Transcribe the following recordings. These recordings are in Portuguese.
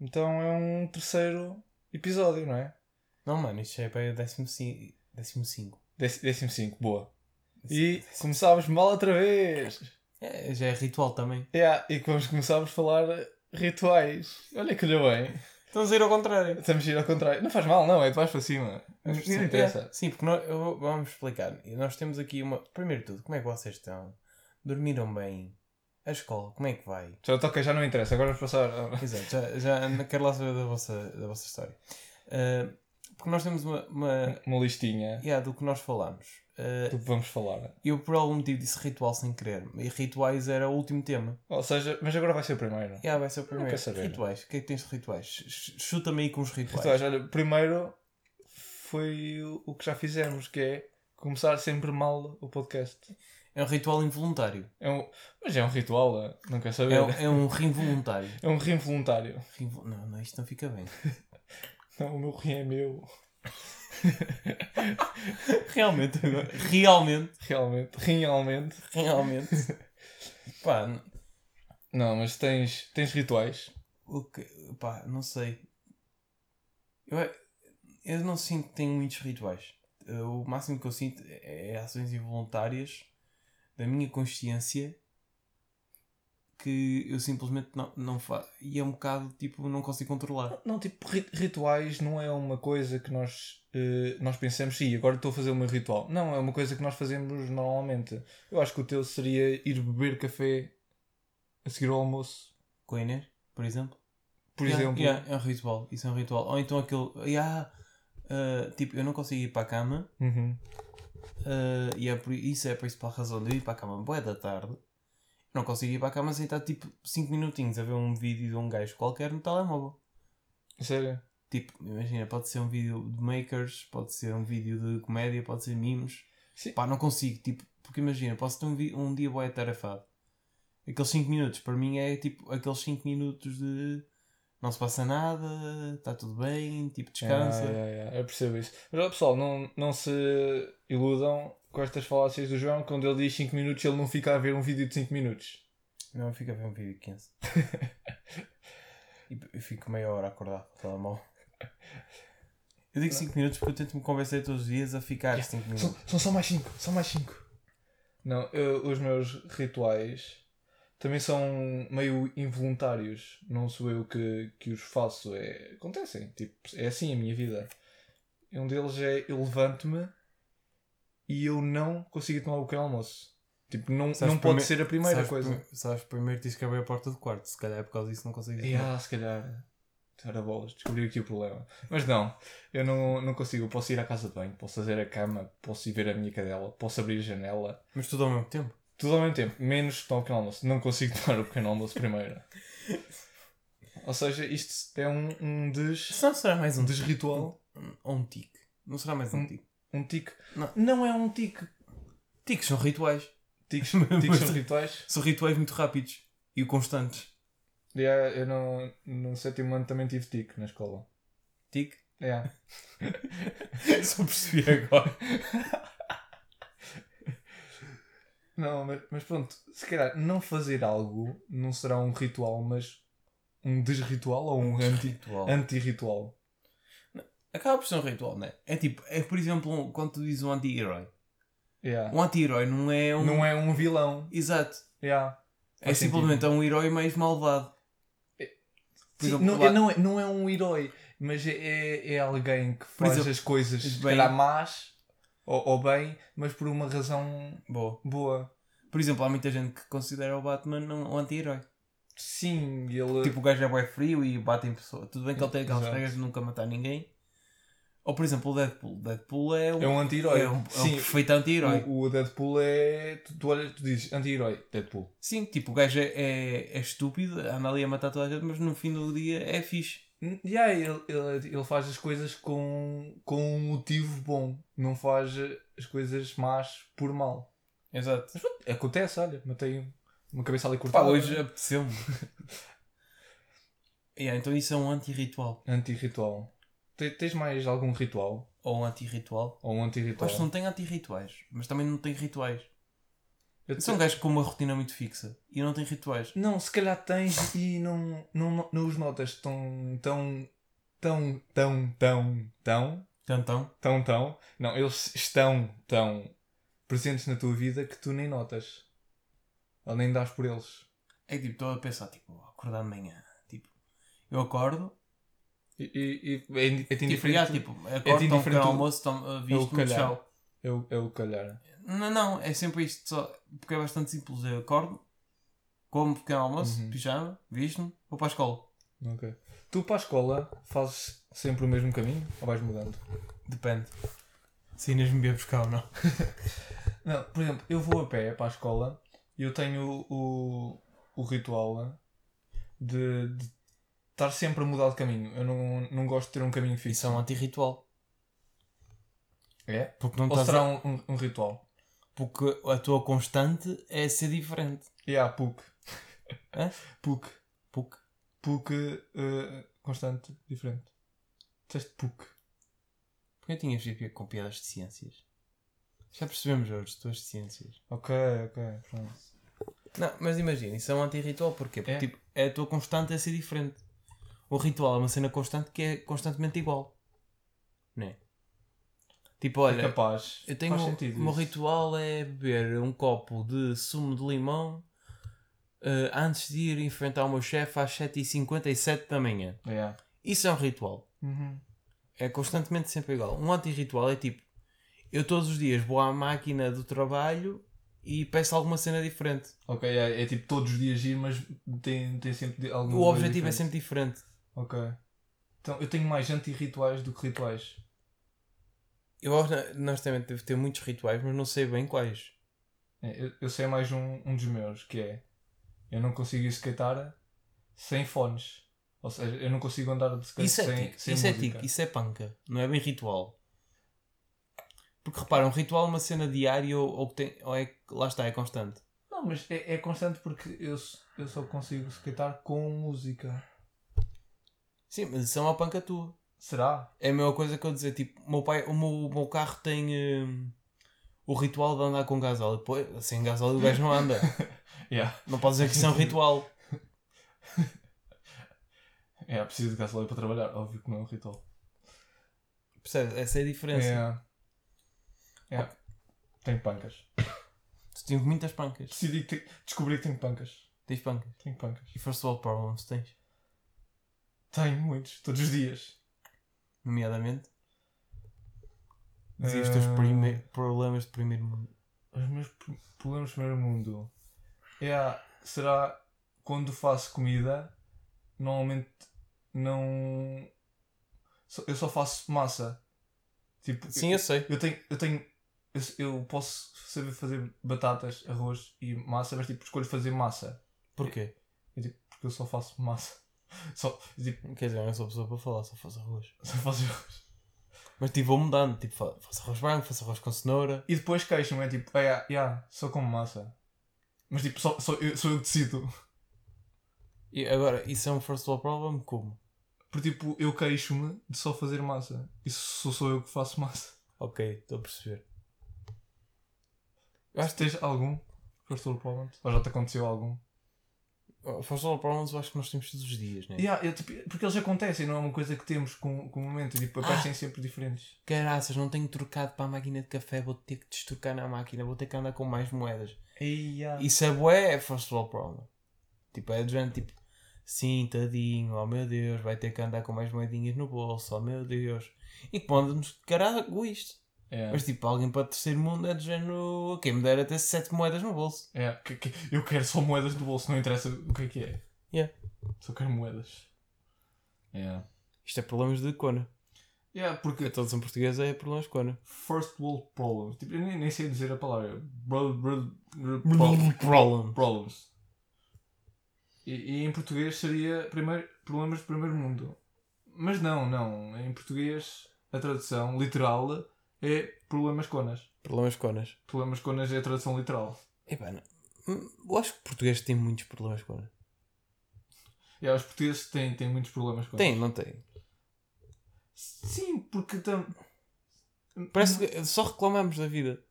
Então é um terceiro episódio, não é? Não, mano, isto já é para o décimo cin- décimo cinco. Déc- Décimo cinco, boa. E Décimo- começámos mal outra vez. É, já é ritual também. Yeah, e que vamos começar a falar rituais. Olha que olhou bem. Estamos a ir ao contrário. Estamos a ir ao contrário. Não faz mal, não, é de baixo para cima. Mas Sim, não interessa. é. Sim, porque nós, eu vou- vamos explicar. Nós temos aqui uma. Primeiro de tudo, como é que vocês estão? Dormiram bem? A escola, como é que vai? Já toca, já não interessa. Agora vamos passar. a- Exato, já, já quero lá saber da vossa, da vossa história. Ah, porque nós temos uma. uma Uma listinha yeah, do que nós falámos. Ah, do que vamos falar. eu por algum motivo disse ritual sem querer. E rituais era o último tema. Ou seja, mas agora vai ser o primeiro. Yeah, vai ser o primeiro. quero saber. Rituais. O que é que tens de rituais? Ch- ch- Chuta-me aí com os rituais. Rituais, olha, primeiro foi o- o que já fizemos, que é começar sempre mal o podcast. É um ritual involuntário. É um, mas é um ritual, eh? não quer saber. É, um- é um rim voluntário. É um rim voluntário. Rim vo- Não, não, isto não fica bem. Não, o meu rim é meu. Realmente, agora. Realmente. Realmente. Realmente. Realmente. Pá, n- Não, mas tens, tens rituais. o que, pá, não sei. Eu, é- eu não sinto que tenho muitos rituais. Eh, O máximo que eu sinto é é ações involuntárias da minha consciência que eu simplesmente não, não faço. E é um bocado tipo, não consigo controlar. Não, tipo, ri- rituais não é uma coisa que nós, eh, nós pensamos, sim, agora estou a fazer o meu ritual. Não, é uma coisa que nós fazemos normalmente. Eu acho que o teu seria ir beber café a seguir ao almoço, Com a Inês, por exemplo. por Yeah, exemplo. yeah, é um ritual, isso é um ritual. Ou então aquele. yeah, ah, tipo, eu não consigo ir para a cama Uhum. ah, e é por, isso é a principal razão de eu ir para a cama boa da tarde. Não consigo ir para a cama sem estar tipo 5 minutinhos a ver um vídeo de um gajo qualquer no telemóvel. Sério? Tipo, imagina, pode ser um vídeo de makers, pode ser um vídeo de comédia, pode ser mimos. Sim. Pá, não consigo, tipo, porque imagina, posso ter um, vi- um dia boé tarefado. Aqueles 5 minutos, para mim é tipo aqueles 5 minutos de não se passa nada, está tudo bem, tipo, descansa. Ah, yeah, yeah, Eu percebo isso. Mas, ó, pessoal, não, não se iludam com estas falácias do João. Quando ele diz 5 minutos, ele não fica a ver um vídeo de 5 minutos. Não, eu fico a ver um vídeo de 15. e eu fico meia hora a acordar com o telemóvel. Eu digo 5 minutos porque eu tento me convencer todos os dias a ficar 5 São, minutos. são só mais 5, só mais 5. Hum. Não, eu- os meus rituais também são meio involuntários. Não sou eu que, que os faço. É, acontecem. Tipo, é assim a minha vida. E Um deles é eu levanto-me e eu não consigo tomar o pequeno almoço. Tipo, não, Sabes não pode prime- ser a primeira sabes, coisa. prime- Sabes, primeiro tens que abrir a porta do quarto, se calhar é por causa disso que não consegues E, ah, se calhar. Era bolas, descobri aqui o problema. Mas não, eu não, não consigo. Eu posso ir à casa de banho, posso fazer a cama, posso ir ver a minha cadela, posso abrir a janela. Mas tudo ao mesmo tempo. Tudo ao mesmo tempo, menos tomar o pequeno almoço. Não consigo tomar o pequeno almoço primeiro. Ou seja, isto é um, um des, Isso não será mais um um des ritual, Ou um tique. Não será mais um Um- tique. um tique. Não. é um tique. Tiques são rituais. Tiques, Mas- tiques são rituais. São rituais muito rápidos e constantes. Yeah, eu não, no sétimo ano também tive tique na escola. Tique. Yeah. Só percebi agora. Não, mas, mas pronto, se calhar não fazer algo não será um ritual, mas um desritual ou um anti- Ritual. anti-ritual. Acaba por ser um ritual, não é? É tipo, é por exemplo, um- quando tu dizes um anti-herói. yeah. Um anti-herói não é um. Não é um vilão. Exato. Yeah. É Faz sentido. É. simplesmente um herói mais malvado. Por Sim, exemplo, não, lá- é- não, é, não é um herói, mas é, é, é alguém que faz exemplo, as coisas se bem. calhar más ou, ou bem, mas por uma razão Boa. boa. Por exemplo, há muita gente que considera o Batman um um anti-herói. Sim, ele. Tipo, o gajo é bué frio e bate em pessoa. Tudo bem que ele tem aquelas Exato. regras de nunca matar ninguém. Ou, por exemplo, o Deadpool. Deadpool é um, é um anti-herói. é um- é um Sim, perfeito anti-herói. o, o Deadpool é. Tu, tu olhas, tu dizes anti-herói, Deadpool. Sim, tipo, o gajo é, é, é estúpido, anda ali a matar toda a gente, mas no fim do dia é fixe. Hum, Yeah, ele, ele, ele faz as coisas com, com um motivo bom, não faz as coisas más por mal. Exato. Acontece, olha, matei um- uma cabeça ali Pá, cortada. hoje apeteceu-me. yeah, então isso é um anti-ritual. Anti-ritual. Te- Tens mais algum ritual? Ou um anti-ritual. Ou um Eu anti-ritual. acho que não tem anti-rituais, mas também não tem rituais. Eu te- São gajos com uma rotina muito fixa e não têm rituais. Não, se calhar tens e não, não, não os notas tão, tão tão, tão, tão, tão, Tantão. tão, tão. Não, eles estão tão presentes na tua vida que tu nem notas. Ou nem dás por eles. É que, tipo, estou a pensar, tipo, acordar de manhã. Tipo, eu acordo. E, e, e é, é-te Tipo, indiferente. É já, tipo, indiferente acordo, estão pequeno o- é almoço, estão o visto no calhar. tchau. É o, é o calhar. Não, não, é sempre isto. Só, porque é bastante simples. Eu acordo, como um pequeno almoço, Uhum. pijama, visto-me, vou para a escola. Ok. Tu para a escola fazes sempre o mesmo caminho ou vais mudando? Depende. Se Inês me vier buscar ou não. Não, por exemplo, eu vou a pé para a escola e eu tenho o, o ritual de, de estar sempre a mudar de caminho. Eu não, não gosto de ter um caminho fixo. Isso é um antirritual. É? Porque, não Ou estás será a... um, um, um ritual? porque a tua constante é ser diferente. E yeah, há PUC. Hã? PUC. Porque PUC eh, constante, diferente. Disseste PUC. porque eu tinha GP com piadas de ciências. Já percebemos hoje as tuas ciências. Ok, ok, pronto. Não, mas imagina, isso é um antirritual porquê? Porque É. tipo, é a tua constante é ser diferente. O ritual é uma cena constante que é constantemente igual. Não é? Tipo, é olha, capaz. Eu tenho Faz um, sentido o meu isso. ritual é beber um copo de sumo de limão eh, antes de ir enfrentar o meu chefe às 7h57 da manhã. Yeah. Isso é um ritual. Uhum. É constantemente sempre igual. Um antirritual é tipo: eu todos os dias vou à máquina do trabalho e peço alguma cena diferente. Ok, é, é tipo todos os dias ir, mas tem, tem sempre de- alguma o coisa objetivo é diferente. sempre diferente. Ok. Então eu tenho mais anti-rituais do que rituais. Eu hon- honestamente devo ter muitos rituais, mas não sei bem quais. É, eu, eu sei mais um, um dos meus, que é eu não consigo ir skatear sem fones. Ou seja, eu não consigo andar de skate Isso é sem, tico, sem isso é música. tico, isso é panca, não é bem ritual. Porque repara, um ritual é uma cena diária ou, ou que tem, ou é que lá está, é constante. Não, mas é, é constante porque eu, s- eu só consigo skatear com música. Sim, mas isso é uma panca tua. Será? É a mesma coisa que eu dizer, tipo, o meu pai, o meu, o meu carro tem hum, o ritual de andar com gasóleo. Pô, sem gasóleo o gajo não anda. Yeah. Não podes dizer que isso é um ritual. É, preciso de gasolina para trabalhar. Óbvio que não é um ritual. Percebes? Essa é a É. diferença. É. Tenho pancas. Tu tens muitas pancas. Decidi que te- descobri que tenho pancas. Tens pancas. Tenho pancas. E first world problems tens. Tenho muitos, todos os dias. Nomeadamente. Dizias os teus Ah. prime- problemas de primeiro mundo. Os meus pro- problemas do primeiro mundo é será quando faço comida normalmente não só- eu só faço massa tipo Sim, eu eu, sei. eu tenho eu tenho eu, s- eu posso saber fazer batatas arroz e massa mas tipo escolho fazer massa Porquê? porque eu só faço massa só tipo Quer dizer, eu não sou pessoa para falar, só faço arroz. só faço arroz Mas tipo, vou mudando, tipo, fa- faço arroz branco, faço arroz com cenoura. e depois queixo-me é tipo ah, yeah, yeah, só como massa mas tipo só, só eu, sou eu que decido E agora, isso é um first world problem? Como? Porque tipo, eu queixo-me de só fazer massa. E sou só eu que faço massa. Ok, estou a perceber. Eu Acho acho que tens algum first world problem? Ou já te aconteceu algum? que Oh, first world problems eu acho que nós temos todos os dias, né? Yeah, eu, tipo, porque eles acontecem, não é uma coisa que temos com, com o momento. Tipo, aparecem sempre diferentes. Caraças, não tenho trocado para a máquina de café, vou ter que destrocar na máquina, vou ter que andar com mais moedas. Yeah. Isso é bué, é first world problem. Tipo, é do género, tipo, sim, tadinho, oh meu Deus, vai ter que andar com mais moedinhas no bolso, oh meu Deus. E que manda-nos carago isto. Yeah. Mas tipo, alguém para o terceiro mundo é do género. Quem me dera ter sete moedas no bolso. Yeah. Que- que- eu quero só moedas do bolso, não interessa o que é que é. Yeah. Só quero moedas. Yeah. Isto é problemas de cona. Yeah, A porque então, tradução portuguesa é problemas de cona. first world problems. Tipo, eu nem, nem sei dizer a palavra. Bro, bro, bro- Problem. problems. E, e em português seria primeiro, problemas de primeiro mundo. Mas não, não. Em português, a tradução literal é problemas conas. Problemas de conas. Problemas conas é a tradução literal. Epá, não. Hum, Eu acho que o português tem muitos problemas de cona. E os portugueses têm, têm muitos problemas conas. Tem, não tem? Sim, porque tam... Parece que só reclamamos da vida.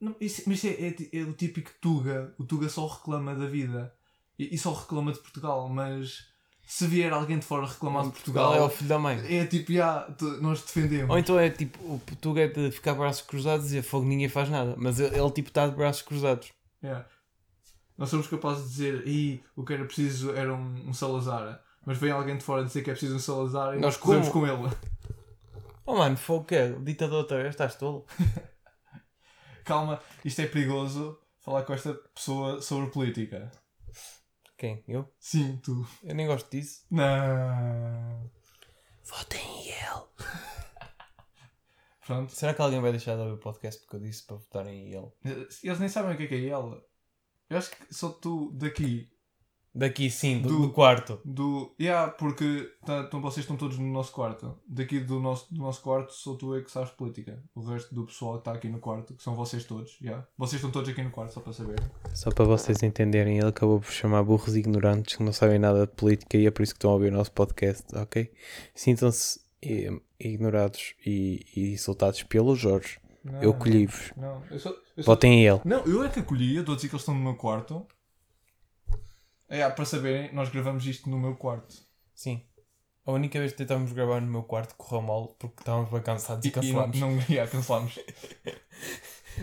Não, isso, mas isso é, é ti- é o típico Tuga. O Tuga só reclama da vida. E, e só reclama de Portugal, mas se vier alguém de fora reclamar de Portugal é o Portugal, filho da mãe. é tipo, já, tu- nós defendemos. Ou então é tipo, o Portuga é de ficar braços cruzados e dizer fogo, ninguém faz nada. Mas ele, ele, tipo está de braços cruzados. Yeah. Nós somos capazes de dizer, e o que era preciso era um, um Salazar. Mas vem alguém de fora dizer que é preciso um Salazar e Nós nós corremos como? com ele. Oh mano, fogo que é? Ditador outra vez, estás tolo? Calma, isto é perigoso falar com esta pessoa sobre política. Quem? Eu? Sim, tu. Eu nem gosto disso. Não. Votem ele. Pronto. Será que alguém vai deixar de ouvir o podcast porque eu disse para votarem em ele? Eles nem sabem o que é que é ela. Eu acho que só tu daqui, Daqui sim, do, Do- do quarto. do. Yeah, porque tá- então vocês estão todos no nosso quarto. Daqui do nosso, do nosso quarto, só tu é que sabes política. O resto do pessoal que está aqui no quarto, que são vocês todos, yeah. Vocês estão todos aqui no quarto, só para saber. Só para vocês entenderem, ele acabou por chamar burros ignorantes que não sabem nada de política e é por isso que estão a ouvir o nosso podcast, ok? Sintam-se eh, ignorados e, e insultados pelo Jorge. Eu colhi-vos. Não, eu só. Eu só Votem em ele. Não, eu é que acolhi, eu estou a dizer que eles estão no meu quarto. É, ah, para saberem, nós gravamos isto no meu quarto. Sim. A única vez que tentámos gravar no meu quarto correu mal porque estávamos bem cansados E, e, e não, cancelámos. não yeah, cancelámos.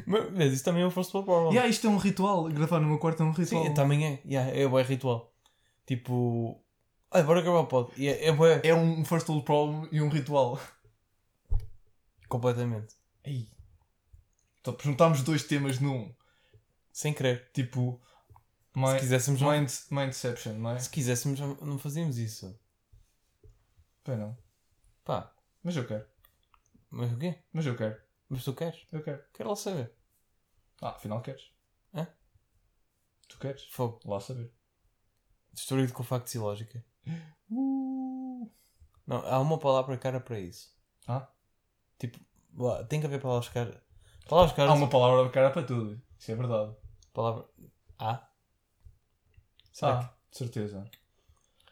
Mas, mas isso também é um first world problem. yeah, isto é um ritual, gravar no meu quarto é um Sim, ritual. também é. Yeah, é bem ritual. Tipo... Ah, bora gravar o pod. E é, é bué. É um first world problem e um ritual. Completamente. Aí. Então, juntámos dois temas num. Sem querer. Tipo, Se mind, quiséssemos, não, mind, Mindception, não é? se quiséssemos não não fazíamos isso. Pois não. Pá. Mas eu quero. Mas o quê? Mas eu quero. Mas tu queres? Eu quero. Quero lá saber. Ah, afinal queres. Hã? Tu queres? Fogo. Lá saber. Destruído com factos e lógica. Uh. Não, há uma palavra cara para isso. Ah? Tipo, lá, tem que haver palavras cara. Palavras cara. Há uma palavra cara para tudo. Isso é verdade. palavra. Há. Será Ah, de certeza.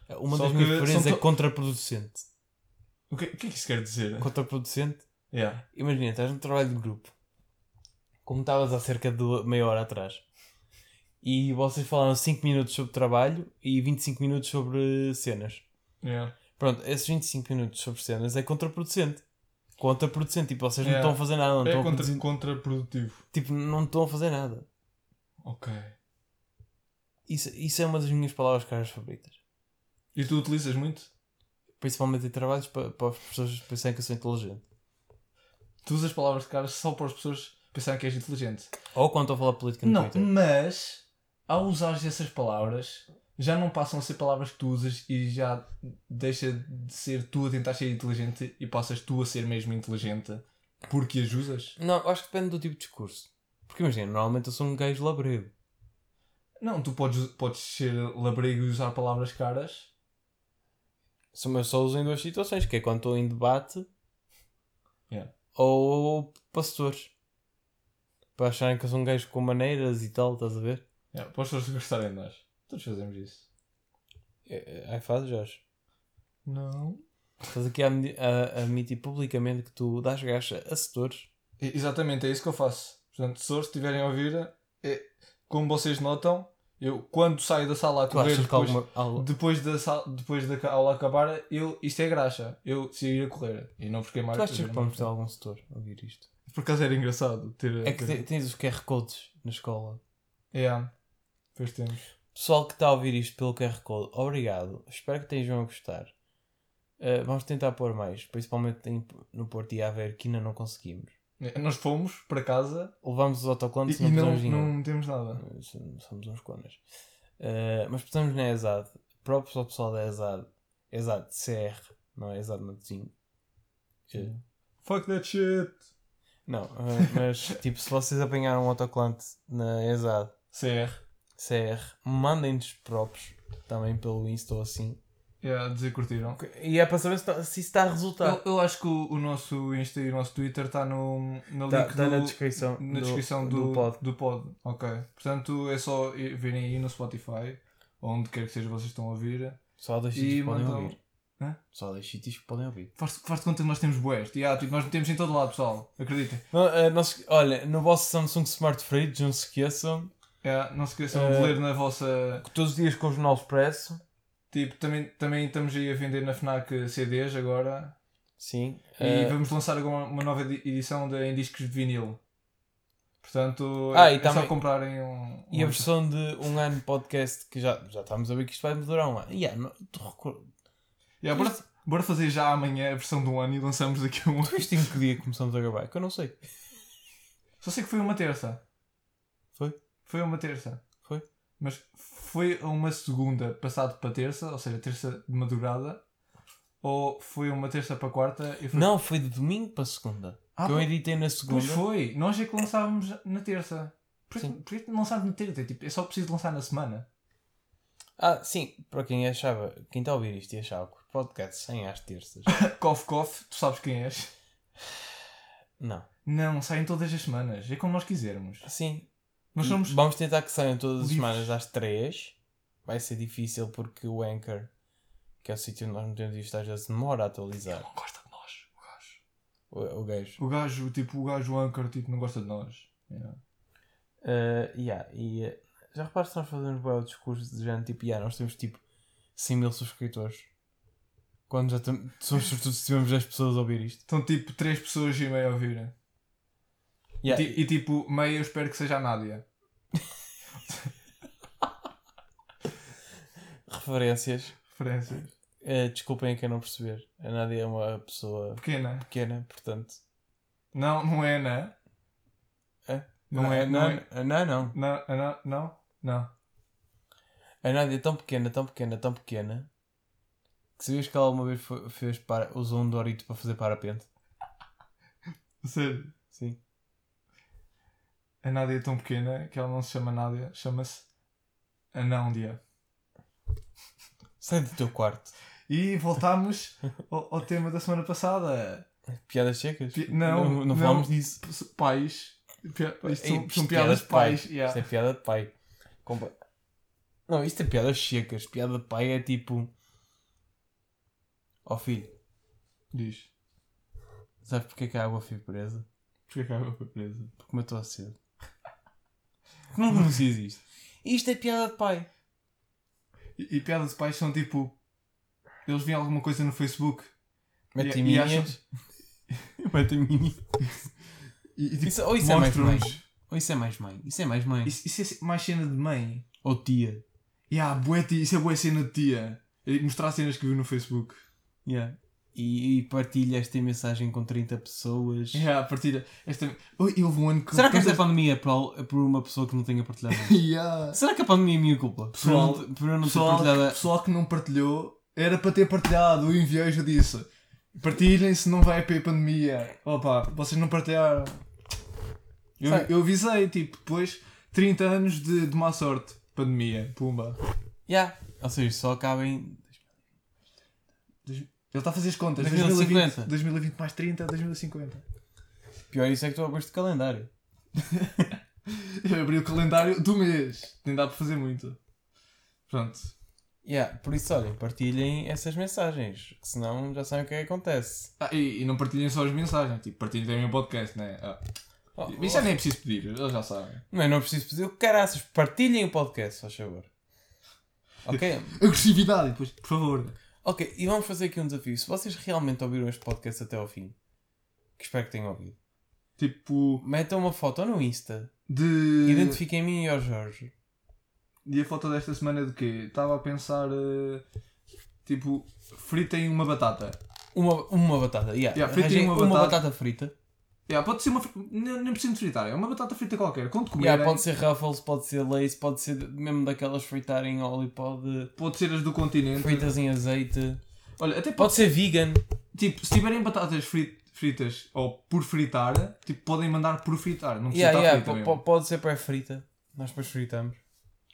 que- Uma Só das que minhas diferenças são é to- contraproducente. O que, o que é que isso quer dizer? Contraproducente. Yeah. Imagina, estás num trabalho de grupo. Como estavas há cerca de meia hora atrás. E vocês falaram 5 minutos sobre trabalho e 25 minutos sobre cenas. Yeah. Pronto, esses 25 minutos sobre cenas é contraproducente. Contraproducente, tipo, vocês É. não estão a fazer nada, não É estão a contra- produzir- contraprodutivo. Tipo, não estão a fazer nada. Ok. Isso, isso é uma das minhas palavras caras favoritas. E tu utilizas muito? Principalmente em trabalhos para, para as pessoas pensarem que eu sou inteligente. Tu usas palavras caras só para as pessoas pensarem que és inteligente. Ou quando estou a falar política no Não, Twitter. mas ao usares essas palavras, já não passam a ser palavras que tu usas e já deixa de ser tu a tentar ser inteligente e passas tu a ser mesmo inteligente porque as usas? Não, acho que depende do tipo de discurso. Porque imagina, normalmente eu sou um gajo labrego. Não, tu podes, podes ser labrego e usar palavras caras. Sou- Mas só uso em duas situações, que é quando estou em debate Yeah. ou pastores. Para acharem que eu sou um gajo com maneiras e tal, estás a ver? É, para as pessoas gostarem de nós. Todos fazemos isso. É, é, Aí faz, Jorge. Não. Estás aqui a, admi- a, a admitir publicamente que tu dás graxa a setores. E- Exatamente, é isso que eu faço. Portanto, se hoje estiverem a ouvir, é, como vocês notam, eu quando saio da sala a Tu correr, achas que depois, alguma... al- depois, da sala, depois da ca- aula acabar, eu, isto é graxa. Eu decidi ir a correr. E não fiquei mais. Tu achas que vamos ter algum setor a ouvir isto? Por acaso era engraçado ter. É que te- tens os QR Codes na escola. Yeah. Depois temos. Pessoal que está a ouvir isto pelo QR Code, obrigado. Espero que estejam a gostar. Uh, vamos tentar pôr mais, principalmente em- no Porto e Aveiro, que ainda não conseguimos. É, Nós fomos para casa Levámos os e, autocolantes e não, pusemos nenhum. não temos nada. Uh, som- Somos uns conas. Uh, mas precisamos na ESAD. Próprios ao pessoal da ESAD. ESAD CR, não é ESAD Matozinho. Uh, Fuck that shit! não, uh, mas tipo, se vocês apanharam um autocolante na ESAD CR. CR, mandem-nos próprios também pelo Insta ou assim. Yeah, dizer que curtiram. E é para saber se, tá- se isso está a resultar. Eu, eu acho que o, o nosso Insta e o nosso Twitter está no, no Está link tá do- na descrição, na do, descrição do, do, pod. pod. Ok. Portanto, é só i- virem aí no Spotify, onde quer que seja vocês estão a ouvir. Só dois E sítios que podem mandam- ouvir. Hã? Só dois sítios que podem ouvir. Faz, faz de conta que nós temos boés. E, ah, tipo, nós metemos em todo lado, pessoal. Acreditem. Não, eh, não se- olha, no vosso Samsung Smart Fridge, não se esqueçam É, não se esqueçam Eh, de ler na vossa. que todos os dias com o Jornal Expresso Tipo, também, também estamos aí a vender na FNAC CDs agora. Sim. E eh, vamos lançar agora uma, uma nova edi- edição de, em discos de vinil. Portanto, Ah, é, e é também- só comprarem um. E a um- versão de um ano de podcast que já, já estamos a ver que isto vai durar um ano. Yeah, não, tu, recor- Yeah, bora, bora fazer já amanhã a versão de um ano e lançamos daqui a um ano. tu viste em que dia começamos a gravar? Que eu não sei. Só sei que foi uma terça. Foi? Foi uma terça. Foi? Mas foi a uma segunda passado para terça, ou seja, terça de madrugada. Ou foi uma terça para quarta e foi. Não, foi de domingo para segunda. Ah, que eu editei na segunda. Pois foi, nós é que lançávamos na terça. Por Sim. que não lançámos na terça? Tipo, é só preciso lançar na semana. Ah, sim, para quem achava, quem está a ouvir isto e achava que o podcast sem às terças. Cof, cof, tu sabes quem és. não. Não, saem todas as semanas, é como nós quisermos. Sim. Nós somos. Vamos tentar que saiam todas as livres. semanas às três. Vai ser difícil porque o Anchor, que é o sítio onde nós metemos isto, às vezes demora a atualizar. Não gosta de nós, o gajo. O, o gajo. O gajo, tipo, o gajo Anchor, tipo, não gosta de nós. Yeah. Uh, yeah, e uh, já reparaste que nós fazemos bué o discurso de género tipo, yeah, nós temos tipo 100 mil subscritores. Quando já temos, sobretudo se tivermos 10 pessoas a ouvir isto. Estão tipo três pessoas e meia a ouvir. Yeah, Ti- E tipo, meia eu espero que seja a Nádia. Referências. Referências. Uh, desculpem a quem não perceber. A Nádia é uma pessoa Pequena. pequena, portanto. Não, não é, né? É? Não, é, não, não, é. não, não. Não, é, não, não, não. A Nádia é tão pequena, tão pequena, tão pequena. Que sabias que ela uma vez fo- fez para, usou um Dorito para fazer parapente? Sério. Sim. A Nádia é tão pequena que ela não se chama Nádia, chama-se Anândia. Sai do teu quarto. E voltámos ao, ao tema da semana passada. Piadas secas? Pi- não, não, não. falámos disso. P- Pais. Pia- isto são, Isto são é piadas de pai. pais. yeah. Isto é piada de pai. Compa- Não, isto é piadas secas. Piada de pai é tipo. Ó filho, é- Diz. sabes porque é que a água foi presa? Porquê que a água foi presa? Porque matou a cedo. Não conheces isto. Isto é piada de pai. E, e piadas de pais são tipo. Eles viam alguma coisa no Facebook Mete E- e minhas. Mete minhas. e, e tipo. Isso, ou isso é mais mãe. mostram-nos. Ou isso é mais mãe. Isso é mais mãe. Isso, isso é mais cena de mãe. Ou tia. Yeah, bué tia, isso é boa cena de tia. É Mostrar cenas que viu no Facebook. Yeah. E, e partilha esta mensagem com 30 pessoas. Yeah, partilha. Esta... Oi, eu vou um ano com Será que esta pandemia é por, é por uma pessoa que não tenha partilhado? Yeah. Será que a pandemia é minha culpa? Por eu não Pessoal- te- por eu não ter pessoal, partilhado. que, a- pessoal que não partilhou, era para ter partilhado. Eu enviei já disse. Partilhem se não vai para a pandemia. Opa, vocês não partilharam. Eu, Sabe- eu avisei, tipo, depois 30 anos de, de má sorte. Pandemia, pumba. Yeah. Ou seja, só acaba em. Ele está a fazer as contas. 2050. 2020, 2020 mais 30, 2050. Pior isso é que tu abriste o calendário. Eu abri o calendário do mês. Nem dá para fazer muito. Pronto. Yeah. Por isso, olhem, partilhem essas mensagens, que senão já sabem o que é que acontece. Ah, e, e não partilhem só as mensagens. Tipo, partilhem também o podcast, né? Ah, Oh, isso já nem é preciso pedir, eles já sabem. Não, eu não preciso pedir o caraças, partilhem o podcast, faz favor. Ok? Agressividade, depois, por favor. Ok, e vamos fazer aqui um desafio. Se vocês realmente ouviram este podcast até ao fim, que espero que tenham ouvido, Tipo, metam uma foto no Insta, de. identifiquem-me e ao Jorge. E a foto desta semana de quê? Estava a pensar. eh, tipo, fritem uma batata. Uma, uma batata, yeah. Yeah, fritem Arranjem uma uma batata. batata frita. Yeah, ah, pode ser uma. fri- Nem, nem preciso de fritar, é uma batata frita qualquer. Quando comerem, Yeah, pode pode... ser Ruffles, pode ser Lace, pode ser mesmo daquelas fritar em óleo, pode ser as do continente. fritas em azeite, Olha, até pode. pode ser vegan. Tipo, se tiverem batatas fri- fritas ou por fritar, tipo, podem mandar por fritar. Não precisa Yeah, estar yeah, tá frita po- mesmo. po- pode ser pré-frita, nós depois fritamos.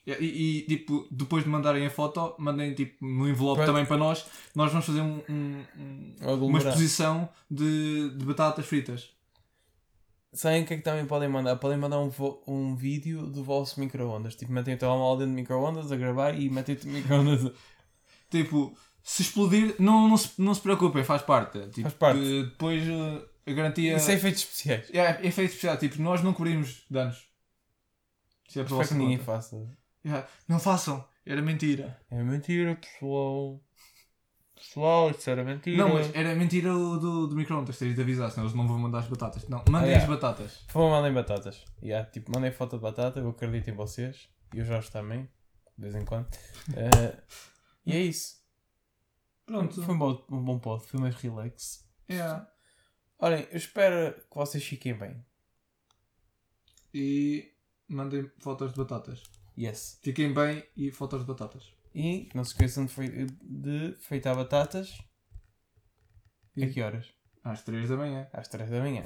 E, e, tipo, depois de mandarem a foto, mandem tipo no envelope Pronto. também para nós. Nós vamos fazer um, um- um- Ou uma aglomerar. exposição de, de batatas fritas. Sabem o que é que também podem mandar? Podem mandar um, vo- um vídeo do vosso micro-ondas. Tipo, metem o telemóvel dentro do micro-ondas a gravar e metem o micro-ondas. a- Tipo, se explodir, não, não, se, não se preocupem, faz parte. Tipo, Faz parte. de- depois eh, a garantia. Isso é efeitos especiais. Yeah, é efeito especial. Tipo, nós não cobrimos danos. Isso é para Espero que vossa ninguém conta. faça. Yeah, Não façam. Era mentira. É mentira, pessoal. Pessoal, isso era mentira. é. Não, mas é- era mentira o do, do micro-ondas. Tens de avisar, senão eles não vão mandar as batatas. Não, mandem Ah, as yeah. batatas. Por favor, mandem batatas. Yeah, tipo, mandem foto de batata, eu acredito em vocês. E o Jorge também, de vez em quando. Eh, e é isso. Pronto. Foi um bom, um bom pod, foi mais relax. Yeah. Olhem, eu espero que vocês fiquem bem. E mandem fotos de batatas. Yes. Fiquem bem e fotos de batatas. E não se esqueçam de, fei- de feitar batatas. E? A que horas? Às 3 da manhã. Às 3 da manhã.